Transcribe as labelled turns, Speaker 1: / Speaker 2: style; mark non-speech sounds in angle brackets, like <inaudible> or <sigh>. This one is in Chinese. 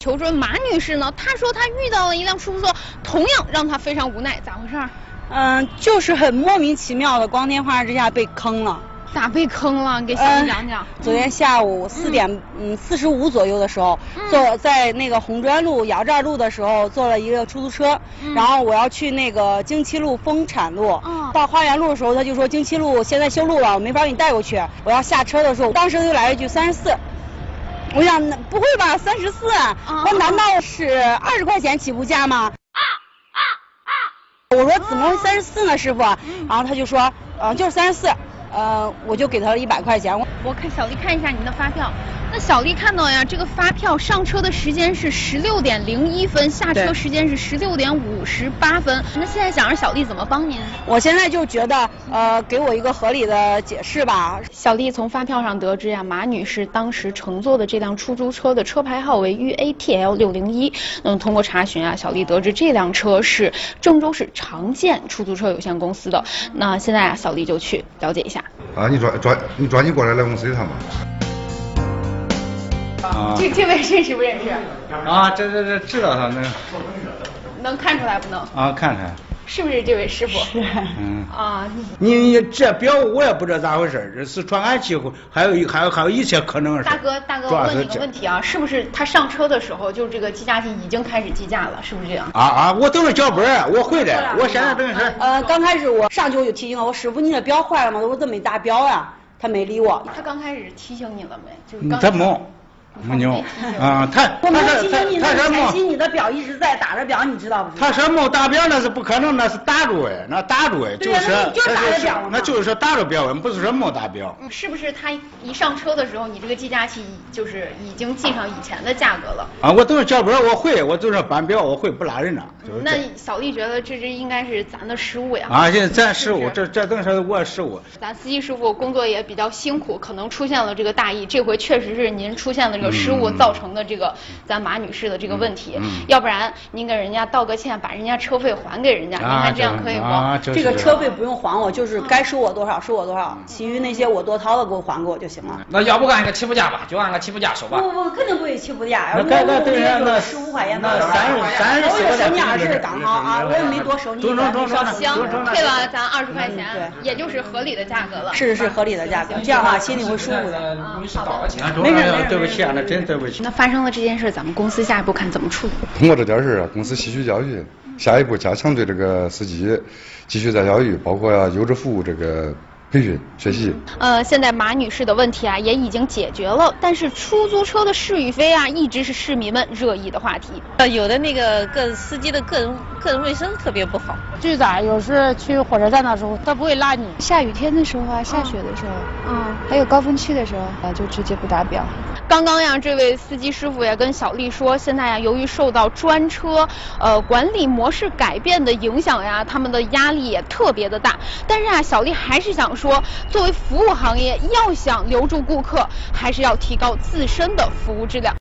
Speaker 1: 求助马女士呢，她说她遇到了一辆出租车，同样让她非常无奈，咋回事儿？
Speaker 2: 嗯，就是很莫名其妙的，光天化日之下被坑了。嗯
Speaker 1: 咋被坑了？你给
Speaker 2: 呃
Speaker 1: 详细讲讲。
Speaker 2: 昨天下午四点嗯四十五左右的时候，
Speaker 1: 嗯
Speaker 2: 坐在那个红砖路姚寨路的时候，坐了一个出租车，
Speaker 1: 嗯
Speaker 2: 然后我要去那个经七路丰产路，
Speaker 1: 嗯
Speaker 2: 到花园路的时候，他就说经七路现在修路了，我没法给你带过去。我要下车的时候，当时就来了一句三十四。我想不会吧，三十四，啊
Speaker 1: 嗯
Speaker 2: 我说难道是二十块钱起步价吗？我说怎么会三十四呢，师傅？然后他就说，呃，就是三十四，呃，我就给他了一百块钱。我
Speaker 1: 我看小丽看一下您的发票。那小丽看到呀，这个发票上车的时间是十六点零一分，下车
Speaker 2: 对
Speaker 1: 时间是十六点五十八分。那现在想让小丽怎么帮您？
Speaker 2: 我现在就觉得，呃，给我一个合理的解释吧。
Speaker 3: 小丽从发票上得知呀、马女士当时乘坐的这辆出租车的车牌号为 UATL 六零一。那么通过查询啊，小丽得知这辆车是郑州市长建出租车有限公司的。那现在啊，小丽就去了解一下。
Speaker 4: 啊，你抓抓你抓紧过来来公司一趟吧。啊
Speaker 3: 这这位认识不认识？
Speaker 4: 啊，这这这知道他那个
Speaker 3: 能看出来不能？
Speaker 4: 啊，
Speaker 5: <laughs>
Speaker 4: 看看，
Speaker 3: 是不是这位师傅？
Speaker 4: 嗯，
Speaker 3: 啊，
Speaker 5: 你你这表我也不知道咋回事儿，这是传感器，还有一还有还有一切可能是。
Speaker 3: 大哥大哥，
Speaker 5: 主
Speaker 3: 我
Speaker 5: 要是
Speaker 3: 问你个
Speaker 5: 这
Speaker 3: 问题啊，是不是他上车的时候就这个计价器已经开始计价了？是不是这样？
Speaker 5: 啊啊！我等着脚本儿，我会的，我现在等于是。
Speaker 2: 呃，刚开始我上去我就提醒他，我师傅你的标坏了吗？我说怎么没打标呀、他没理我。
Speaker 3: 他刚开始提醒你了没？就是
Speaker 5: 嗯
Speaker 3: 刚
Speaker 5: 他
Speaker 1: 啊
Speaker 5: 没，没牛啊！他
Speaker 2: <laughs> 我
Speaker 5: 他
Speaker 2: 没有
Speaker 5: 是
Speaker 2: 提
Speaker 5: 他
Speaker 2: 醒你，
Speaker 5: 他
Speaker 2: 那
Speaker 5: 是
Speaker 2: 你开
Speaker 5: 没
Speaker 2: 心，你的表一直在打着表，你知道不知道？
Speaker 5: 他是没打表，那是不可能，那是打住哎，那打住哎，
Speaker 2: 对
Speaker 5: 就
Speaker 2: 呀
Speaker 5: 是
Speaker 2: 那你就是打着
Speaker 5: 他是
Speaker 2: 表嘛
Speaker 5: 那就是打着表，哎不是说没打表。
Speaker 3: 嗯是不是他一上车的时候，你这个计价器就是已经记上以前的价格了？
Speaker 5: 啊，我等着脚本儿，我会，我就是搬表，我会不拉人了。就是这
Speaker 3: 那小丽觉得这只应该是咱的失误呀。
Speaker 5: 啊，现在咱失误，这这等于是我失误。
Speaker 3: 咱司机师傅工作也比较辛苦，可能出现了这个大意，这回确实是您出现了这个失误
Speaker 5: 嗯
Speaker 3: 造成的这个咱马女士的这个问题，
Speaker 5: 嗯嗯
Speaker 3: 要不然您给人家道个歉，把人家车费还给人家，您
Speaker 5: 啊
Speaker 3: 看这样可以不？
Speaker 5: 啊，
Speaker 2: 这个
Speaker 5: 是
Speaker 2: 车费不用还我，就是该收我多少收我多少，其余那些我多掏的给我还给我就行了。
Speaker 6: 那要不按个起步价吧，就按个起步价收吧。
Speaker 2: 不不，肯定不会起步价，
Speaker 5: 那该该对人
Speaker 2: 那
Speaker 5: 那
Speaker 2: 十五块钱
Speaker 5: 那三十三十
Speaker 2: 我
Speaker 5: 四
Speaker 2: 也
Speaker 5: 块
Speaker 2: 收
Speaker 5: 钱
Speaker 2: 你二十港行啊，我也没多收你一
Speaker 5: 中
Speaker 2: 百，
Speaker 5: 中
Speaker 2: 你
Speaker 5: 中
Speaker 2: 说
Speaker 5: 中
Speaker 2: 是
Speaker 3: 行
Speaker 5: 中中，
Speaker 3: 退了咱二十块钱，
Speaker 2: 嗯
Speaker 3: 也就是合理的价格了。
Speaker 2: 是是合理的价格，这样的话心里会舒服的。啊
Speaker 6: 女士道个歉。
Speaker 2: 没事没事没事
Speaker 5: 对不起啊，那真对不起。
Speaker 3: 那发生了这件事，咱们公司下一步看怎么处理？
Speaker 4: 通过这件事啊，公司吸取教训，下一步加强对这个司机继续再教育，包括啊优质服务这个培训学习。
Speaker 1: 呃，现在马女士的问题啊也已经解决了，但是出租车的是与非啊，一直是市民们热议的话题。
Speaker 7: 呃，有的那个个司机的个人个人卫生特别不好。
Speaker 8: 最早有时去火车站的时候，他不会拉你。
Speaker 9: 下雨天的时候啊，下雪的时候，嗯，还有高峰期的时候啊，就直接不打表。
Speaker 1: 刚刚呀，这位司机师傅也跟小丽说，现在呀，由于受到专车呃管理模式改变的影响呀，他们的压力也特别的大。但是啊，小丽还是想说，作为服务行业，要想留住顾客，还是要提高自身的服务质量。